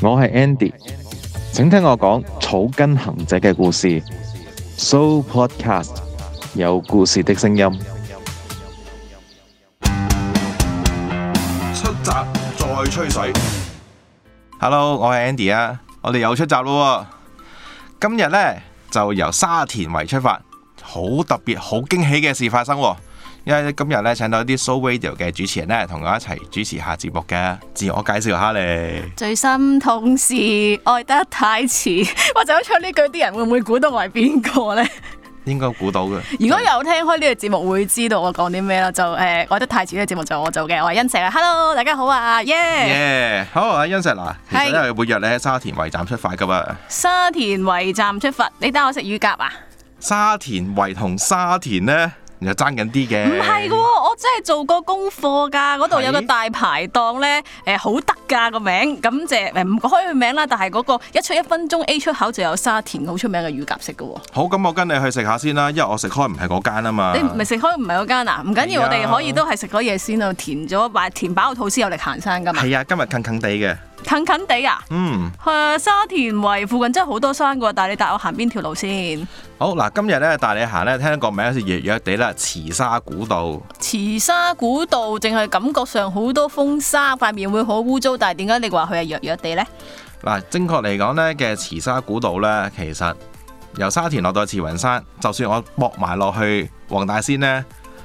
我係 Andy，請聽我講草根行者嘅故事。So Podcast 有故事的聲音。出閘再吹水。Hello，我係 Andy 啊，我哋又出閘咯喎。今日呢，就由沙田圍出發，好特別、好驚喜嘅事發生喎。因為今日呢，請到啲 So Radio 嘅主持人呢，同我一齊主持下節目嘅，自我介紹下咧。最心痛是愛得太遲，我就唱呢句，啲人會唔會估到我係邊個呢？應該估到嘅。如果有聽開呢個節目，會知道我講啲咩啦。就誒、呃愛得太遲呢個節目就我做嘅，我係欣石啊，Hello，大家好啊，耶、耶好啊，欣石嗱，其實係咧每日咧喺沙田圍站出發噶嘛，沙田圍站出發，你帶我食乳鴿啊？沙田圍同沙田呢，又爭緊啲嘅。唔係嘅喎，我真係做過功課㗎。嗰度有個係大排檔呢，誒、好得㗎個名，咁就誒唔開佢名啦。但係嗰個一出一分鐘 A 出口就有沙田好出名嘅乳鴿食嘅喎。好，咁我跟你去食下先啦，因為我食開唔係嗰間啊嘛。你唔係食開唔係嗰間啊？唔緊要，係啊我哋可以都係食咗嘢先啊，填咗埋填飽個肚先有力行山噶嘛。係啊，今日近近地嘅，近近地啊，嗯，誒沙田圍附近真係好多山㗎，但係你帶我行邊條路先？好嗱，今日咧帶你行咧，聽個名好似弱弱地啦，慈沙古道，慈沙古道淨係感覺上好多風沙，塊面會好污糟，但係點解你話佢係弱弱地呢？嗱，精確嚟講咧嘅慈沙古道咧，其實由沙田落到慈雲山，就算我駁埋落去黃大仙咧，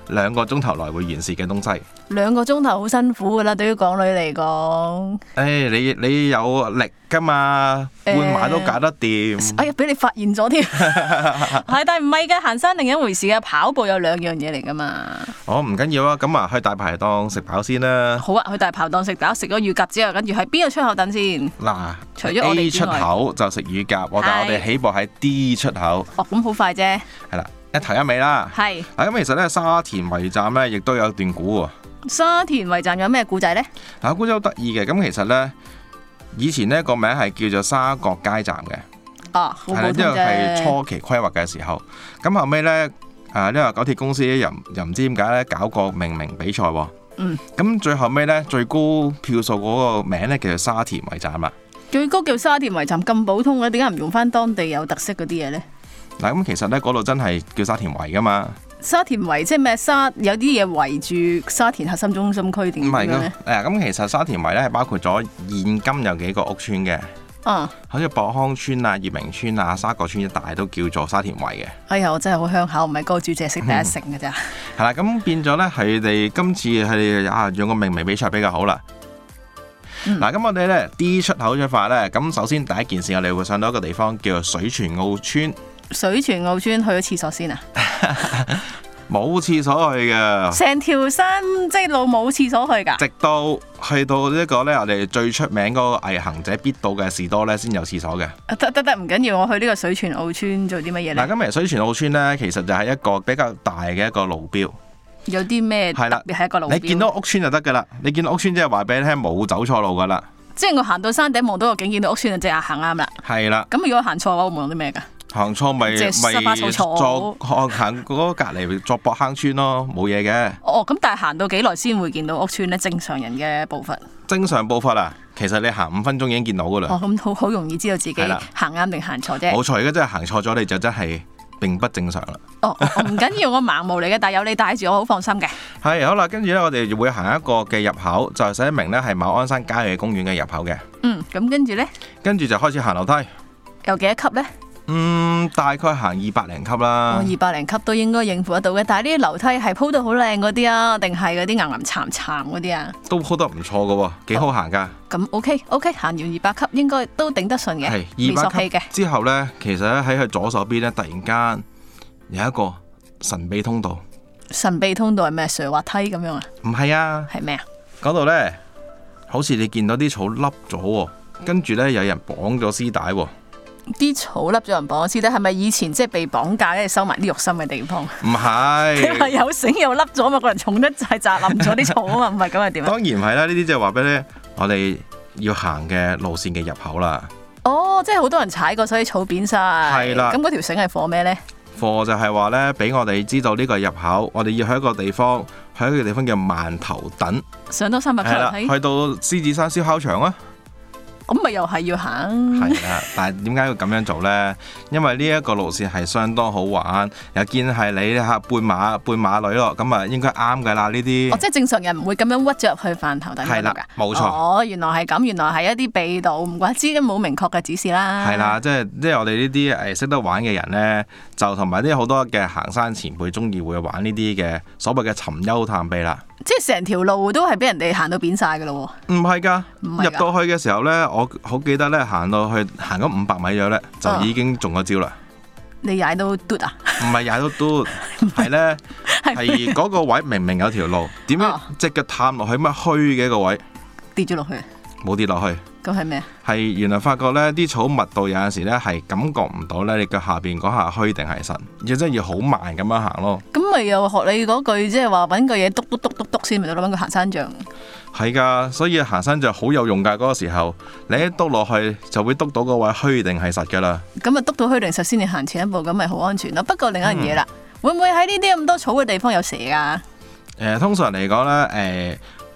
兩個鐘頭來回完事嘅東西。兩個鐘頭好辛苦㗎啦，對於港女嚟講。誒、你你有力 㗎嘛，誒換馬都搞得掂。哎呀，俾你發現咗 添。係，但係唔係嘅，行山另一回事嘅，啊跑步有兩樣嘢嚟㗎嘛。我唔緊要啊，咁啊去大排檔食飽先啦。好啊，去大排檔食飽，食咗乳鴿之後，跟住喺邊個出口等先？嗱，除咗我哋 A 之出外口就食乳鴿，我但我哋係起步喺 D 出口，哦，咁好快啫，係啦，一頭一尾啦。係嗱，咁其實咧沙田圍站咧，亦都有段古喎。沙田圍站有咩故仔呢？嗱，古仔好得意嘅。咁其實咧，以前呢個名係叫做沙角街站嘅，啊，好係啦，普因通為係啫。初期規劃嘅時候。咁後尾咧，啊呢個九鐵公司又唔又唔知點解咧搞個命名比賽喎。嗯。咁最後尾咧，最高票數嗰個名咧叫做沙田圍站啦。最高叫沙田圍站咁普通嘅，點解唔用翻當地有特色嗰啲嘢呢？嗱，咁其實咧嗰度真係叫沙田圍噶嘛，沙田圍即係咩沙？有啲嘢圍住沙田核心中心區定點唔係樣噶。呢？誒咁其實沙田圍咧係包括咗現今有幾個屋村嘅。啊，好似博康村啊、葉明村啊、沙角村一帶都叫做沙田圍嘅，哎呀，我真係好鄉下，我唔係高主姐識第一城嘅咋。係啦，咁變咗呢，佢哋今次係啊用個命名比賽比較好啦。嗯嗱、咁我哋呢 D 出口出發呢，咁首先第一件事我哋會上到一個地方叫做水泉澳村，水泉澳村去咗廁所先啊，冇廁所去嘅，成條山即係路冇廁所去㗎。直到去到呢個呢，我哋最出名嗰個毅行者必到嘅士多呢，先有廁所嘅。得得得，唔緊要，我去呢個水泉澳村做啲乜嘢嗱，呢？今日水泉澳村呢，其實就係一個比較大嘅一個路標。有啲咩特係啦別係一個路你標見到屋村就得噶啦，你見到屋村即係話俾你聽冇走錯路噶啦，即係我行到山頂望到個景，見到屋村就即刻行啱啦。係啦，咁如果行錯嘅話，我望到啲咩㗎？行錯咪即係塞巴咪草草作行行嗰隔離作博坑村咯，冇嘢嘅，哦，咁但係行到幾耐先會見到屋村咧？正常人嘅步伐，正常步伐啊，其實你行五分鐘已經見到噶哦啦，，咁好好容易知道自己係啦行啱定行錯啫。冇錯，而家真係行錯咗你就真係並不正常啦。哦，哦唔緊要，我盲毛嚟嘅，但係有你帶住，我好放心嘅。係好啦，跟住呢，我哋會行一個嘅入口，就寫明呢係馬鞍山郊野公園嘅入口嘅，嗯，咁跟住咧，跟住就開始行樓梯，有幾多級咧？嗯，大概行二百零級啦我，二百零級都應該應付得到嘅。但係呢啲樓梯係鋪到好靚嗰啲啊，定係嗰啲岩岩巉巉嗰啲啊？都鋪得唔錯噶喎，幾好行㗎。咁 OK OK，行完二百級應該都頂得順嘅，未係索二氣百級嘅。之後呢，其實咧喺佢左手邊呢，突然間有一個神秘通道，神秘通道係咩？水滑梯咁樣啊？唔係啊，係咩啊？嗰度呢，好似你見到啲草凹咗喎，跟住呢，有人綁咗絲帶喎，啲草笠咗人綁絲帶，係咪以前即係被綁架咧收埋啲肉心嘅地方？唔你話係，有繩又笠咗嘛，個人重得滯，砸冧咗啲草啊嘛，唔係咁又點啊？當然唔係啦，呢啲就係話俾你聽，我哋要行嘅路線嘅入口啦。哦，即係好多人踩過，所以草扁晒。係啦咁嗰條繩係放咩咧？貨就係話呢，俾我哋知道呢個入口，我哋要去一個地方，去一個地方叫饅頭等，上多三百級係樓啦，梯，去到獅子山燒烤場啊，咁咪又係要行。係啦，但係點解要咁樣做呢？因為呢一個路線係相當好玩，又見係你嚇半馬半馬女咯，咁啊應該啱㗎啦呢啲哦，。即係正常人唔會咁樣屈咗入去飯頭底嗰係度啦㗎。冇錯哦，原來係咁，原來係一啲秘道，唔怪之冇明確嘅指示啦。係啦，即係即係我哋呢啲誒識得玩嘅人呢，就同埋啲好多嘅行山前輩中意會玩呢啲嘅所謂嘅尋幽探秘啦。即係成條路都係俾人哋行到扁晒㗎咯唔係㗎，唔係㗎入到去嘅時候呢，我好記得呢，行到去行咗五百米左右呢，就啊已經中咗招啦。喎！你踩到嘟啊？唔係踩到都係呢， 係嗰個位明明有條路，點樣啊隻腳探落去乜虛嘅個位跌咗落去，冇跌落去。咁係咩？係原來發覺呢啲草密度有陣時呢係感覺唔到呢，你腳下邊嗰下虛定係實，而真係要好慢咁樣行咯。咁咪又學你嗰句，即係話揾個嘢篤篤篤篤篤先，咪到揾個行山杖。係㗎，所以行山就好有用㗎。嗰、個時候你一篤落去就會篤到個位虛定係實㗎啦。咁啊篤到虛靈實先，你行前一步，咁咪好安全咯。不過另一樣嘢啦，嗯會唔會喺呢啲咁多草嘅地方有蛇啊㗎？誒、通常嚟講呢，誒、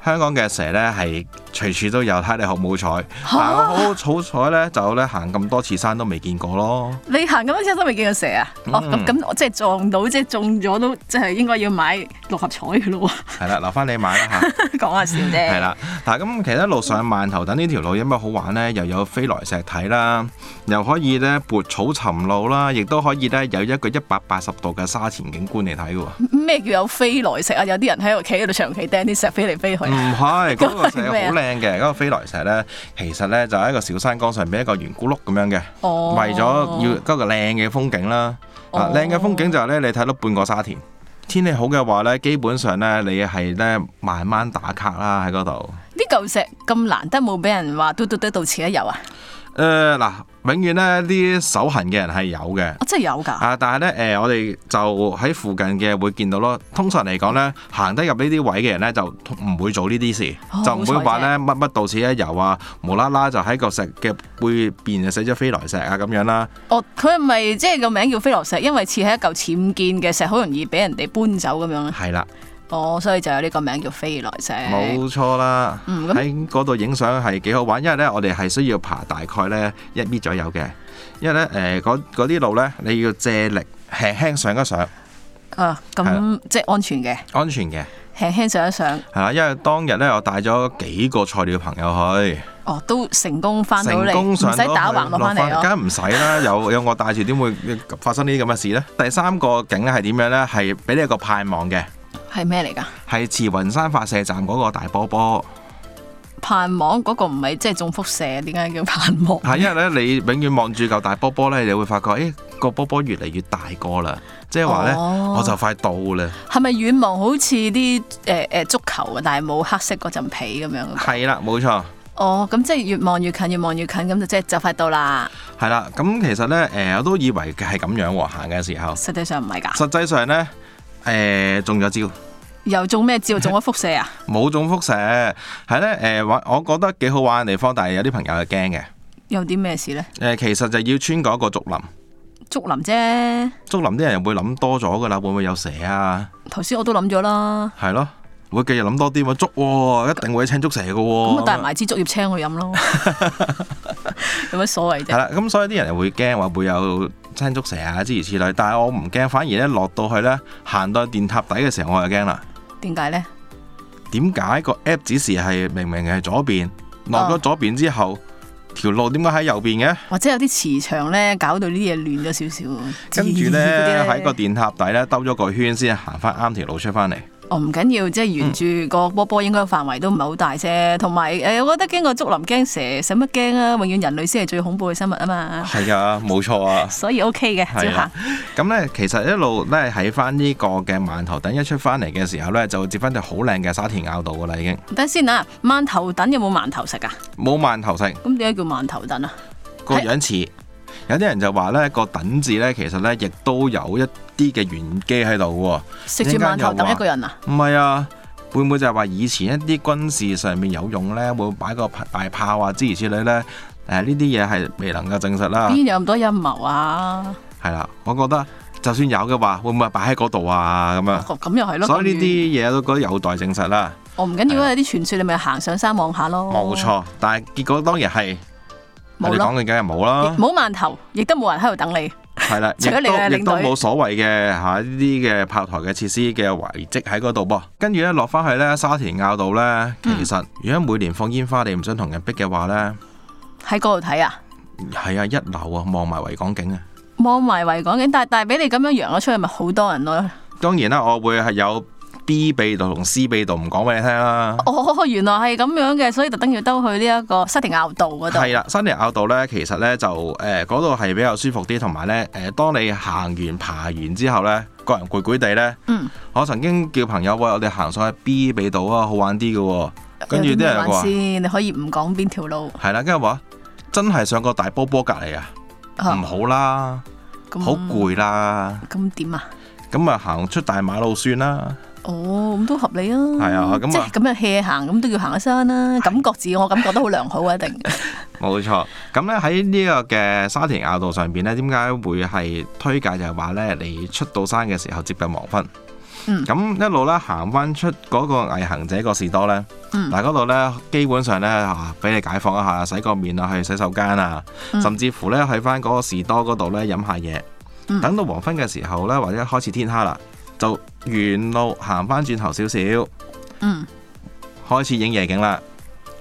香港嘅蛇呢係隨處都有，睇你好唔好彩。但我好好彩呢，就呢行咁多次山都未見過咯。你行咁多車都未見過蛇啊？哦，咁咁我即係撞到，即係中咗都，即係應該要買六合彩嘅咯係啦，留翻你買啦嚇。喎。 講下笑啫。係啦，嗱咁其實一路上饅頭等呢條路有咩好玩呢？又有飛來石睇啦，又可以呢撥草尋路啦，亦都可以呢有一個一百八十度嘅沙田景觀嚟睇嘅喎。咩叫有飛來石啊？有啲人喺度企喺度長期掟啲石飛嚟飛去。啊唔 係，嗰、個石係好咩啊靚嘅，嗰、個飛來石呢，其實呢就喺一個小山崗上面一個圓咕碌咁樣嘅，哦，為咗要嗰個靚嘅風景啦。啊，哦靚嘅風景就係呢，你睇到半個沙田。天氣好嘅話呢，基本上呢，你係呢慢慢打卡啦喺嗰度。呢嚿石咁難得冇俾人話嘟嘟嘟到此一遊啊！誒呃嗱、永遠呢啲手痕嘅人係有嘅。哦我真係有㗎。啊！但係咧，誒、我哋就喺附近嘅會見到咯。通常嚟講咧，行得入呢啲位嘅人咧，就唔會做呢啲事，哦就唔會話好咧乜乜到此一遊啊，無啦啦就喺個石嘅背邊就寫咗飛來石啊咁樣啦。哦，佢係咪即係個名叫飛來石？因為似係一嚿僭建嘅石，好容易俾人哋搬走咁樣咧。係啦，哦，所以就有呢個名叫飛來石。冇錯啦。嗯咁喺嗰度影相係幾好玩，因為咧我哋係需要爬大概咧一米左右嘅，因為咧誒嗰嗰啲路咧你要借力輕輕上一上，啊，係咁即係安全嘅，安全嘅輕輕上一上。係啦。因為當日咧我帶咗幾個菜鳥朋友去。哦，都成功翻到嚟，唔成功上使到去打橫落翻嚟哦咯。落梗係唔使 啦，有有我帶住點會發生呢啲咁嘅事呢？第三個景咧係點樣呢？係俾你一個盼望嘅，係咩嚟㗎？係慈雲山發射站嗰個大波波。盼望嗰個唔係即係中輻射，點解叫盼望？係因為咧，你永遠望住嚿大波波呢，你會發覺，誒個波波越嚟越大個啦，即係話呢，哦我就快到啦。係咪遠望好似啲誒誒足球嘅，但係冇黑色嗰陣皮咁樣嘅？係啦， 冇錯。哦，咁即係越望越近，越望越近，咁就即係就快到啦。係啦，咁其實呢，誒、我都以為係咁樣喎，行嘅時候，實際上唔係㗎，實際上呢，誒、中咗招。又中咩招？中咗輻射啊？ 冇中輻射，係咧誒玩，我覺得幾好玩嘅地方，但係有啲朋友係驚嘅。誒、有啲咩事呢？其實就要穿過一個竹林，竹林啫。竹林啲人會諗多咗噶啦，會唔會有蛇啊？頭先我都諗咗啦，係咯，會繼續諗多啲喎，竹喎、一定會青竹蛇嘅喎、咁我帶咁樣埋支竹葉青去飲 咯，有乜所謂係啫？啦，咁所以啲人會驚話會有青竹蛇啊之如此類，但係我唔驚，反而咧落到去咧行到電塔底嘅時候，我就驚啦。點解呢？點解個 app 指示係明明係左邊，落咗左邊之後，條路點解喺右邊嘅？或者有啲磁場咧，搞到啲嘢亂咗少少。跟住嗰呢，啲喺個電塔底呢兜咗個圈先行翻啱條路出翻嚟。哦唔緊要，即係沿嗯住個波波應該範圍都唔係好大啫。同埋誒，我覺得經過竹林驚蛇，使乜驚啊？永遠人類先係最恐怖嘅生物啊嘛，係噶，冇 錯啊。所以 OK 嘅，照係行啊。，咁呢，其實一路呢，喺翻呢個嘅饅頭等一出翻嚟嘅時候呢，就接翻隻好靚嘅沙田坳度噶啦，已經等先啊，饅頭等有冇饅頭食啊？冇饅頭食咁點解叫饅頭等啊？個係樣似。有啲人就話呢個等字呢，其實呢亦都有一啲嘅玄機喺度喎。食住饅頭等一個人啊？唔係啊，會唔會就係話以前一啲軍事上面有用呢？會擺個大炮啊之如此類呢？誒呢啲嘢係未能夠證實啦。邊有咁多陰謀啊？係啦，我覺得就算有嘅話，會唔會擺喺嗰度啊？咁哦樣，咁又係咯。所以咁呢遠啲嘢啊都覺得有待證實啦。我唔緊要啊，有啲傳說你咪行上山望下咯。冇。錯，但係結果當然係我冇哋咯，講嘅梗係冇啦，冇饅頭，亦都冇人喺度等你。係啦，亦除咗你嘅都亦領都隊冇所謂嘅嚇呢啲嘅炮台嘅設施嘅遺跡喺嗰度噃。跟住咧落翻去咧沙田坳度咧，嗯其實如果每年放煙花，你唔想同人逼嘅話咧，喺嗰度睇啊，係啊一流啊，望埋維港景啊。望埋維港景，但但係俾你咁樣揚咗出去，咪好多人咯。當然啦，我會係有 B 秘道同 C 秘道，唔講俾你聽啦。哦，原來係咁樣嘅，所以特登要兜去呢一個沙田坳道嗰度。係啊啦，新田坳道咧，其實咧就誒嗰度係比較舒服啲，同埋咧誒，當你行完爬完之後咧，個人攰攰地咧，嗯，我曾經叫朋友喂，我哋行上去 B 秘道啊，好玩啲嘅喎。跟住有啲咩人玩話先，你可以唔講邊條路。係啦，跟住話真係上個大波波隔離啊，唔啊好啦，咁好。攰啦，咁點啊？咁啊行出大馬路算啦。哦，咁都合理啊。係啊咁啊即係咁樣 hea 行，咁都要行一山啦。感覺自我感覺都好良好啊，一定。冇錯，咁咧喺呢個嘅沙田坳道上邊咧，點解會係推介就係話咧，你出到山嘅時候接近黃昏，嗯咁、一路咧行翻出嗰個毅行者個士多咧，嗯嗱嗰度咧基本上咧啊，俾你解放一下，洗個面啊，去洗手間啊，嗯甚至乎咧去翻嗰個士多嗰度咧飲下嘢，嗯等到黃昏嘅時候咧，或者開始天黑啦，就沿路行翻轉頭少少，開嗯。始影夜景啦。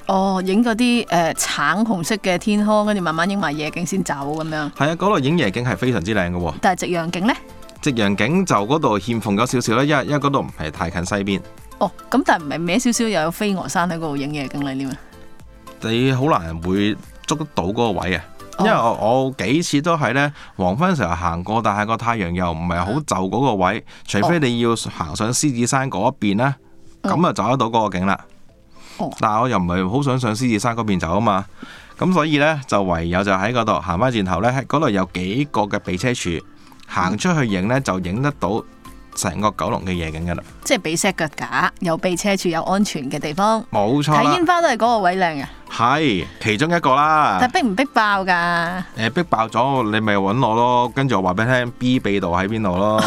哦，影嗰啲誒橙紅色嘅天空，跟住慢慢影埋夜景先走咁樣。係啊，嗰度影夜景係非常之靚嘅喎。但係夕陽景呢？夕陽景就嗰度欠奉咗少少啦，因為因為嗰度唔係太近西邊，哦，咁但係唔係歪少少又有飛鵝山喺嗰度影夜景嚟添啊？你好難會捉得到嗰個位啊。哦因為我我幾次都係呢黃昏時候行過，但係個太陽又唔係啊好就嗰個位，除哦非你要行上獅子山嗰邊啦，嗯咁啊走得到嗰個景啦哦。但係我又唔係好想上獅子山嗰邊走啊嘛，咁所以呢，就唯有就喺嗰度行翻轉頭呢，嗰度有幾個嘅避車處，行出去影呢，就影得到成個九龍嘅夜景噶啦，即係俾石腳架，有避車處，有安全嘅地方。冇錯睇啦。煙花都係嗰個位靚嘅，啊係其中一個但啦。係逼唔逼爆㗎？ 誒逼爆咗，你咪揾我咯，跟住我話俾你聽 B 秘道喺邊度咯。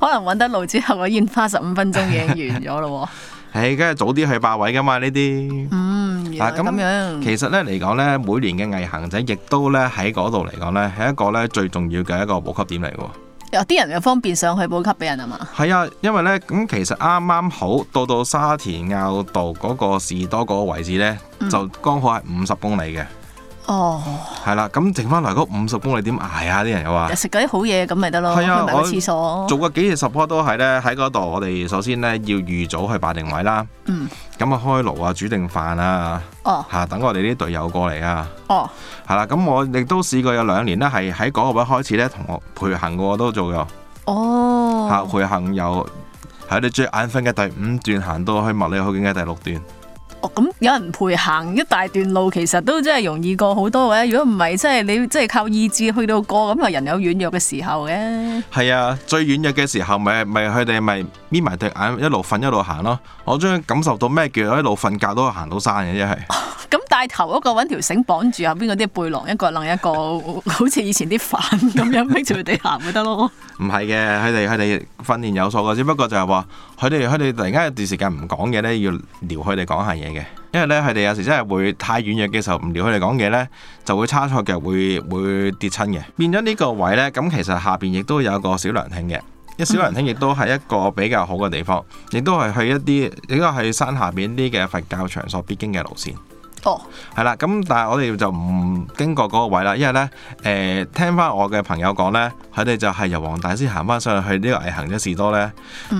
可能揾得路之後，個煙花十五分鐘已經完咗 咯喎。誒，梗係早啲去霸位噶嘛呢啲。嗯，原來啊咁樣。其實咧嚟講咧，每年嘅毅行者亦都咧喺嗰度嚟講咧，係一個咧最重要嘅一個補給點嚟嘅喎。有啲人又方便上去補給俾人啊嘛。係啊，因為咧咁其實啱啱好到到沙田坳道嗰個士多嗰個位置咧，就剛好係五十公里嘅。哦，係啦，咁剩翻嚟嗰五十公里點捱啊？啲人又話。食嗰啲好嘢咁咪得咯，去係啊埋個我廁所。做過幾次 support 都係咧，喺嗰度我哋首先咧要預早去霸定位啦。嗯。咁啊開爐啊，煮定飯啊，哦嚇等我哋啲隊友過嚟啊，哦，係啦。咁我亦都試過有兩年咧，係喺嗰個位開始咧，同我陪行嘅我都做過嚇哦，陪行由喺你最眼瞓嘅第五段行到去物理好景嘅第六段，哦，咁有人陪行一大段路，其實都真係容易過好多嘅。如果唔係，真係你真係靠意志去到過，咁啊人有軟弱嘅時候嘅。係啊，最軟弱嘅時候咪咪佢哋咪眯埋對眼一路瞓一路行咯。我終於感受到咩叫一路瞓覺都行到山嘅，真係。咁帶頭嗰個揾條繩綁住後邊嗰啲背囊，一個楞一個，好似以前啲飯咁樣逼住佢哋行咪得咯。唔係嘅，佢哋佢哋訓練有素嘅，只不過就係話佢哋佢哋突然間有段時間唔講嘢咧，要撩佢哋講下嘢嘅，因為咧佢哋有時真係會太軟弱嘅時候唔撩佢哋講嘢咧，就會差錯腳，會會跌親嘅。變咗呢個位咧，咁其實下邊亦都有個小涼亭嘅。一小涼亭亦都係一個比較好嘅地方，亦都係去一啲，亦都係山下邊啲嘅佛教場所必經嘅路線。 哦，係啦，咁但係我哋就唔經過嗰個位啦，因為呢，誒、呃、聽翻我嘅朋友講呢，佢哋就係由黃大仙行翻上去呢個毅行者士多呢，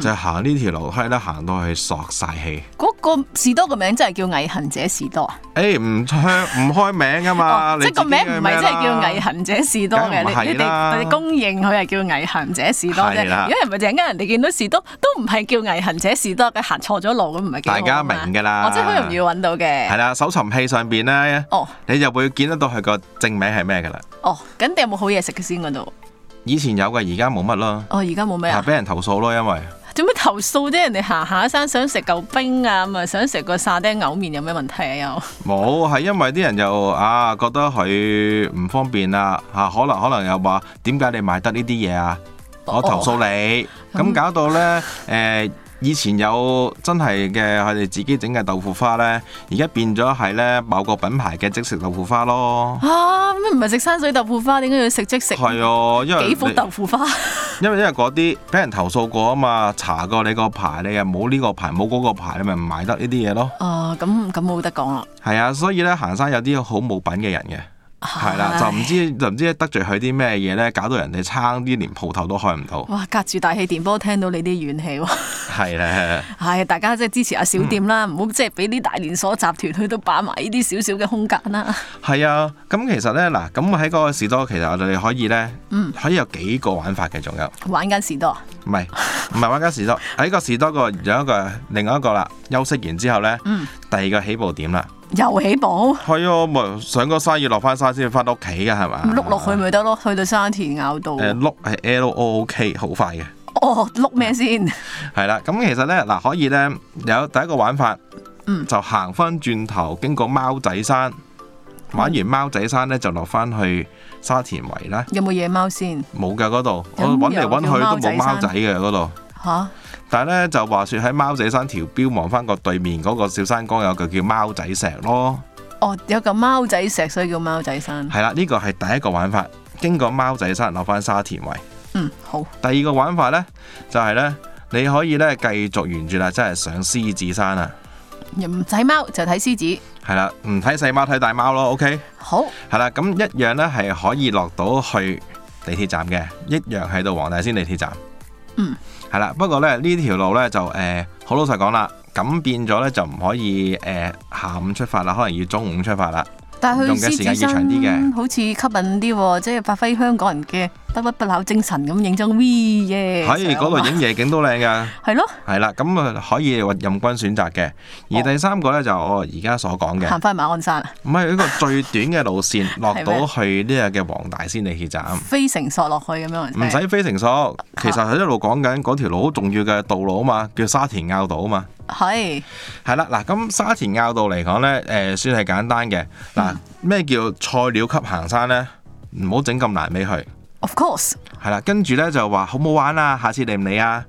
就行呢條路梯咧，行到去索晒氣。嗰、個士多個名真係叫毅行者士多啊！誒唔開唔開名啊嘛，哦你即係個自己名嘅唔咩係真係啦叫毅行者士多嘅，梗唔係你你啦哋你哋公認佢係叫毅行者士多啫。係啦如果唔係陣間人哋見到士多都唔係叫毅行者士多嘅，行錯咗路咁唔係幾好啊嘛大家明㗎啦哦，即係好容易揾到係嘅。啦，搜尋器上邊呢，哦你就會見得到佢個正名係咩㗎啦。哦，咁你有冇好嘢食嘅先嗰度？以前有嘅，而家冇乜啦，哦，而家冇咩係啊？俾人投訴咯，因為。做咩投訴啫？人哋行下山想食嚿冰啊，咁啊想食個沙爹牛面有咩問題啊？又冇，係因為啲人又啊覺得佢唔方便啦嚇、啊可能可能又話點解你買得呢啲嘢啊？我投訴你，咁、咁搞到呢，誒、以前有真係嘅佢哋自己整嘅豆腐花呢，而家變咗係呢某個品牌嘅即食豆腐花咯。啊，咩唔係食山水豆腐花，點解要食即食係啊，因為幾副你豆腐花？因為因為嗰啲俾人投訴過啊嘛，查過你個牌，你又冇呢個牌冇嗰個牌，你咪唔買得呢啲嘢咯。哦，咁咁冇得講啦。係啊，所以呢，行山有啲好冇品嘅人嘅。係啦，就唔唉知就唔知得罪佢啲咩嘢呢，搞到人哋差啲連鋪頭都開唔到。哇，隔住大氣電波聽到你啲怨氣喎。係咧，唉，大家即係支持下小店啦，嗯唔好即係俾啲大連鎖集團去到把埋呢啲少少嘅空間啦。係啊。咁其實呢，嗱，咁喺嗰個士多，其實我哋可以呢，嗯可以有幾個玩法嘅，仲有玩緊士多，唔係唔係玩家士多喺個士多個有一個另外一個啦。休息完之後呢，嗯第二個起步點啦，又起步，係啊，咪上個山要落翻山先翻到屋企㗎係嘛？碌落去咪得咯，去到沙田坳道。誒碌係 L O O K，好快嘅。哦，碌咩先？ 係啦，咁其實咧嗱，可以咧有第一個玩法，嗯就行翻轉頭經過貓仔山，玩完貓仔山咧就落翻去沙田圍啦，有冇野貓先？冇㗎嗰度，我咁揾嚟又叫揾去貓都仔冇山貓仔嘅嗰度。吓，但係咧就話説喺貓仔山條標望翻個對面嗰個小山崗有個叫貓仔石咯，哦，有嚿貓仔石，所以叫貓仔山。係啦，呢個係第一個玩法，經過貓仔山落翻沙田圍。嗯，好。第二個玩法呢，就係、呢，你可以呢繼續沿住啦，即係上獅子山啊，唔睇貓就睇獅子。係啦，唔睇細貓睇大貓咯，OK。好，係啦，咁一樣呢係可以落到去地鐵站嘅，一樣喺到黃大仙地鐵站。嗯，係啦，不過咧呢條路呢，就誒，呃好、老實講啦，咁變咗呢就唔可以誒、呃下午出發啦，可能要中午出發啦。但係用去嘅獅時間子要長山啲嘅好似吸引啲喎，即係發揮香港人嘅不屈不撓精神咁影張 V 嘅相啊嘛。喺嗰度影夜景都靚㗎，係咯，係啦，咁啊可以任君選擇嘅。而哦第三個呢，就我而家所講嘅，行翻馬鞍山啊，唔係一個最短嘅 路線，落咩到去呢個嘅黃大仙地鐵站。飛繩索落去咁樣。唔使飛成所，啊其實佢一路講緊嗰條路好重要嘅道路啊嘛，叫沙田坳道啊嘛。係係啦，嗱，咁沙田坳道嚟講呢，誒、算係簡單嘅。嗯嗱，咩叫菜鳥級行山呢？唔好整咁難俾佢。 ，of course。係啦，跟住呢就話好唔好玩啊？下次嚟唔嚟啊？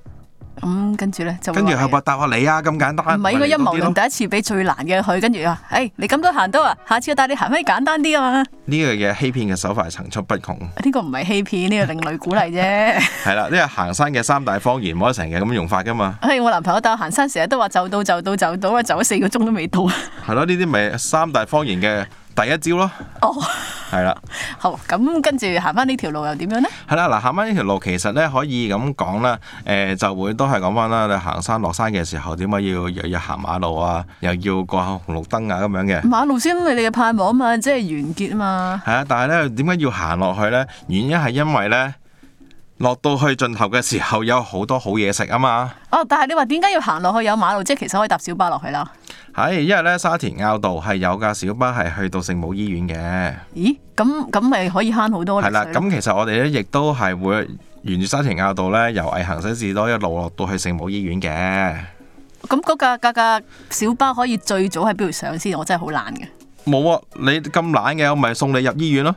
咁跟住咧就會跟住話佢話答下你啊，咁簡單。唔係應該咪嚟陰多謀啲咯論第一次俾最難嘅佢，跟住話：，誒、你咁都行到啊，下次我帶你行可以簡單啲啊嘛。呢個嘅欺騙嘅手法係層出不窮。呢、個唔係欺騙，呢、個另類鼓勵啫。 係啦，呢個行山嘅三大方言，冇得成日咁用法噶嘛。哎係我男朋友帶我行山，成日都話就到就到就到啊，走咗四個鐘都未到。啊係咯，呢啲咪三大方言嘅第一招咯。 哦，係啦。好，咁跟住行翻呢條路又點樣呢？係啦，嗱，行翻呢條路其實咧可以咁講啦，誒、就會都係講翻啦，你行山落山嘅時候點解要又要行馬路啊，又要過紅綠燈啊咁樣嘅。馬路先係你嘅盼望啊嘛，即係完結啊嘛。係啊，但係咧點解要行落去呢？原因係因為呢，落到去盡頭嘅時候有好多好嘢食啊嘛。哦，但係你話點解要行落去有馬路？即係其實可以搭小巴落去啦。係，因為呢，沙田坳道係有架小巴係去到聖母醫院嘅。咦，咁咁咪可以慳好多力係啦，水咯咁其實我哋咧亦都係會沿住沙田坳道呢，由毅行西士多一路落到去聖母醫院嘅。咁嗰架架架小巴可以最早喺邊度上先？我真係好懶嘅。冇啊！你咁懶嘅，我咪送你入醫院咯。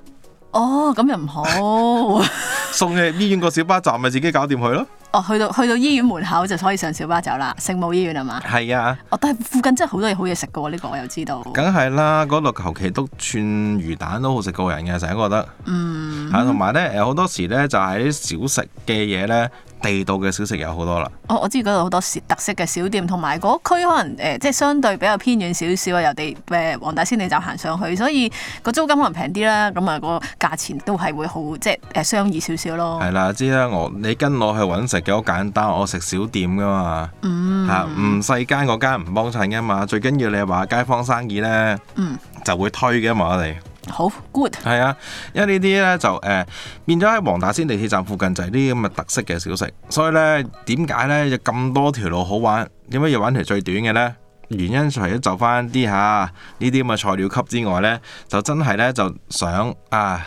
哦，咁又唔好。送你入醫院個小巴站咪自己搞掂佢咯。哦，去到去到醫院門口就可以上小巴走啦，聖母醫院係嘛？係啊，哦，但係附近真係好多嘢好嘢食嘅喎，呢、個我又知道。梗係啦，嗰度求其篤串魚蛋都好食過人嘅，成日覺得。嗯，嚇，同埋呢，誒好多時呢，就係啲小食嘅嘢呢，地道嘅小食有好多啦。我我知嗰度好多小特色嘅小店，同埋嗰區可能誒、呃即係相對比較偏遠少少啊，由地誒黃大仙地站行上去，所以個租金可能平啲啦，咁啊個價錢都係會好即係誒相宜少少咯。係啦，知啦，我你跟我去揾食嘅好簡單，我食小店噶嘛。嗯，嚇唔細間嗰間唔幫襯噶嘛，最緊要你話街坊生意呢，嗯就會推嘅嘛，我哋。好 good，係啊，因為呢啲呢就誒、呃、變咗喺黃大仙地鐵站附近就係呢啲咁嘅特色嘅小食，所以呢，點解呢？有咁多條路好玩？點解要玩條最短嘅呢？原因除咗就翻啲嚇呢啲咁嘅菜鳥級之外呢，就真係呢，就想啊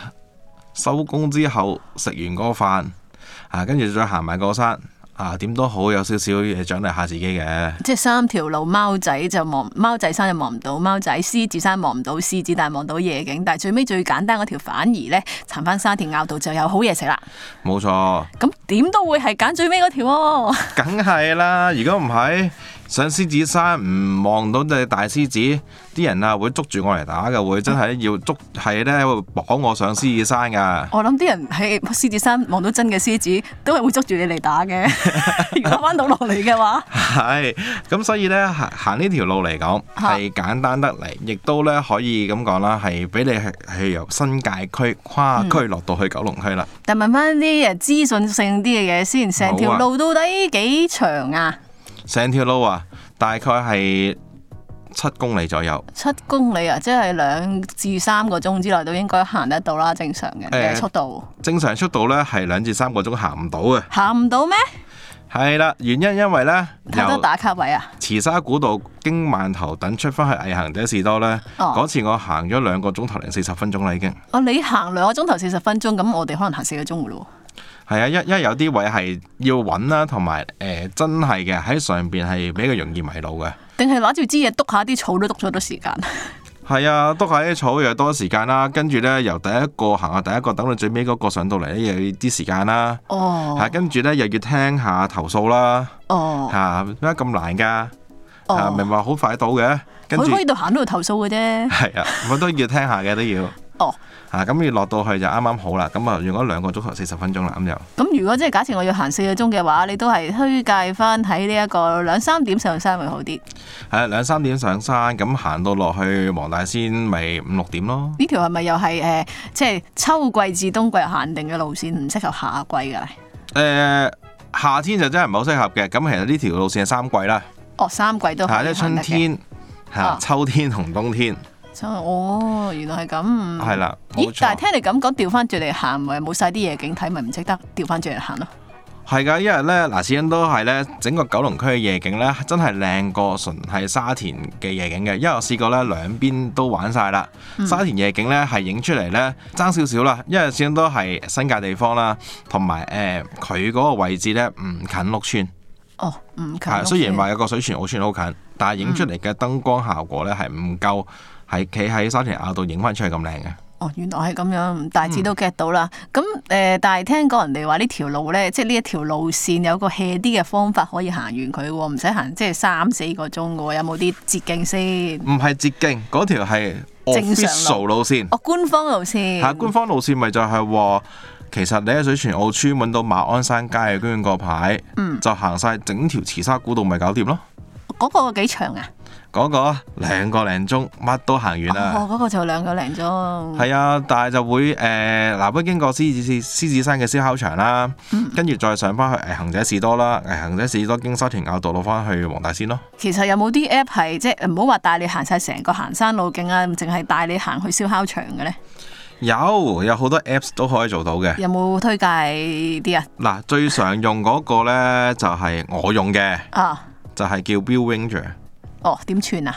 收工之後食完嗰個飯啊，跟住再行埋個山啊點都好有少少嘢獎勵下自己嘅。即係三條路，貓仔就望貓仔山就望唔到，貓仔獅子山望唔到獅子，但係望到夜景。但係最尾最簡單嗰條反而咧，殘翻沙田坳道就有好嘢食啦。冇錯，咁點都會係揀最尾嗰條喎。梗係啦。如果唔係上獅子山唔望到隻大獅子，啲人啊會捉住我嚟打嘅，會真係要捉係咧會綁我上獅子 山㗎。 我諗啲人喺獅子山望到真嘅獅子，都係會捉住你嚟打 嘅。如果彎到落嚟嘅話，係，咁所以呢，行行呢條路嚟講嚇係簡單得嚟，亦都呢可以咁講啦，係俾你係係由新界區跨區落到去九龍區啦。但問翻啲誒資訊性啲嘅嘢先，成條路到底幾長啊？成條路啊，大概係七公里左右。七公里啊，即係兩至三個鐘之內都應該行得到啦，正常嘅嘅誒速度。正常速度呢係兩至三個鐘行唔到嘅。行唔到咩？係啦，原因因為呢，太多由打卡位啊！慈沙古道經饅頭等出翻去毅行者士多呢，哦嗰、次我行咗兩個鐘頭零四十分鐘啦已經。哦，你行兩個鐘頭四十分鐘，咁我哋可能行四個鐘噶咯係啊，因因為有啲位係要揾啦，同埋誒真係嘅喺上邊係比較容易迷路嘅。喎。定係攞住支嘢篤下啲草都篤咗好多時間。係啊，篤下啲草又多時間啦，跟住呢，由第一個行下第一個，等到最尾嗰個上到嚟呢，又要啲時間啦。哦嚇，跟住呢，又要聽下投訴啦，哦嚇點解咁難㗎？嚇哦，明話好快到嘅，跟佢住可以到行到去投訴嘅 啫。係啊，我都要聽下嘅都要。哦，嚇啊咁要落到去就啱啱好啦，咁啊用咗兩個鐘頭四十分鐘啦，咁就咁如果即係假設我要行四個鐘嘅話，你都係推介翻喺呢一個兩三點上山會好啲。係兩三點上山，咁行到落去黃大仙咪五六點咯。呢條係咪又係誒、呃即係秋季至冬季有限定嘅路線，唔適合夏季㗎？誒、夏天就真係唔係好適合嘅，咁其實呢條路線係三季啦，哦，三季都嚇係即係春天、嚇啊秋天同冬天，哦，原來係咁。係啦、咦冇？但係錯。聽你咁講，調翻轉嚟行，咪冇晒啲夜景睇，咪唔值得調翻轉嚟行咯。係㗎，因為呢，嗱，始終都係呢整個九龍區嘅夜景呢，真係靚過純係沙田嘅夜景嘅。因為我試過呢兩邊都玩晒啦，沙田夜景呢係影出嚟呢爭少少啦，因為始終都係新界地方啦，同埋誒佢嗰個位置呢唔近屋村，哦，唔近係屋雖然村話有個水泉澳村好近，但係影出嚟嘅燈光效果呢係唔夠係企喺沙田坳度影翻出去咁靚嘅。哦，原來係咁樣，大嗯致都 get 到啦。咁誒、呃但係聽講人哋話呢條路咧，即係呢一條路線有個 hea 啲嘅方法可以行完佢喎，唔使行即係三四個鐘嘅喎。有冇啲捷徑先？唔係捷徑，嗰條係正常 official 路線。哦，官方路線。嚇，官方路線咪就係話，其實你喺水泉澳村揾到馬鞍山郊野公園個牌，就行晒整條慈沙古道咪搞掂咯。嗰個幾長啊？嗰、個兩個零鐘，乜都行完哦，啦。嗰、個就兩個零鐘。係啊，但係就會誒嗱，會、經過獅子獅子山嘅燒烤場啦，跟住再上翻去誒行者士多啦，誒行者士多經沙田坳道落翻去黃大仙咯。其實有冇啲 app 係即係唔好話帶你行晒成個行山路徑啊，淨係帶你行去燒烤場嘅咧？有有好多 Apps 都可以做到嘅。有冇推介啲啊？嗱，最常用嗰個呢，就係、我用嘅，啊，就係、叫 Bill Ranger。哦，點串啊？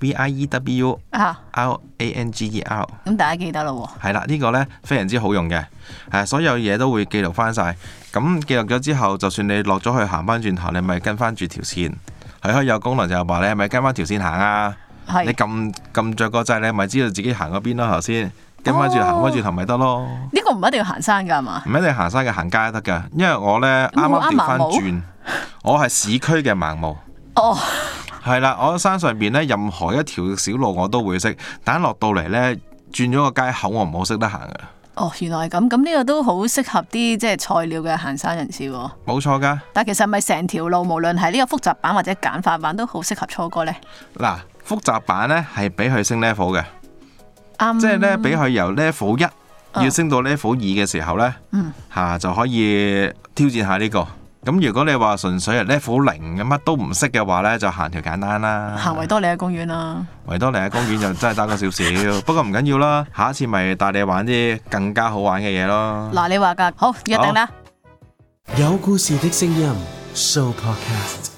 B I E W 啊， R A N G E R 咁大家記得咯係啦，呢、個呢非常之好用嘅，誒所有嘢都會記錄翻晒。咁記錄咗之後，就算你落咗去行翻轉頭，你咪跟翻住條線。佢可以有功能就係話你係咪跟翻條線行啊？喎。係你。撳撳著個掣，你咪知道自己行咗邊咯。頭先跟翻住哦行翻轉頭咪得咯，呢個唔一定要行山㗎係嘛？唔一定行山嘅行街都得㗎。因為我呢啱冇啱啱調翻盲毛轉，我係市區嘅盲毛。哦，係啦，我喺山上邊咧，任何一條小路我都會識，但係落到嚟咧，轉咗個街口我唔好識得行嘅，啊哦，原來係咁，咁呢個都好適合啲即係菜鳥嘅行山人士喎。冇錯噶。但其實係咪成條路，無論係呢個複雜版或者簡化版，都好適合初哥呢。嗱，複雜版咧係俾佢升 level 嘅，啱、即係咧俾佢由 level 一嗯要升到 level 二嘅時候咧，嗯吓、就可以挑戰下呢、個。咁如果你話純粹係 level 零嘅乜都唔識嘅話咧，就行條簡單啦。行維多利亞公園啊啦。維多利亞公園就真係爭咗少少，不過唔緊要啦，下一次咪帶你玩啲更加好玩嘅嘢咯。嗱，你話㗎，好，約定啦。有故事的聲音，Show Podcast。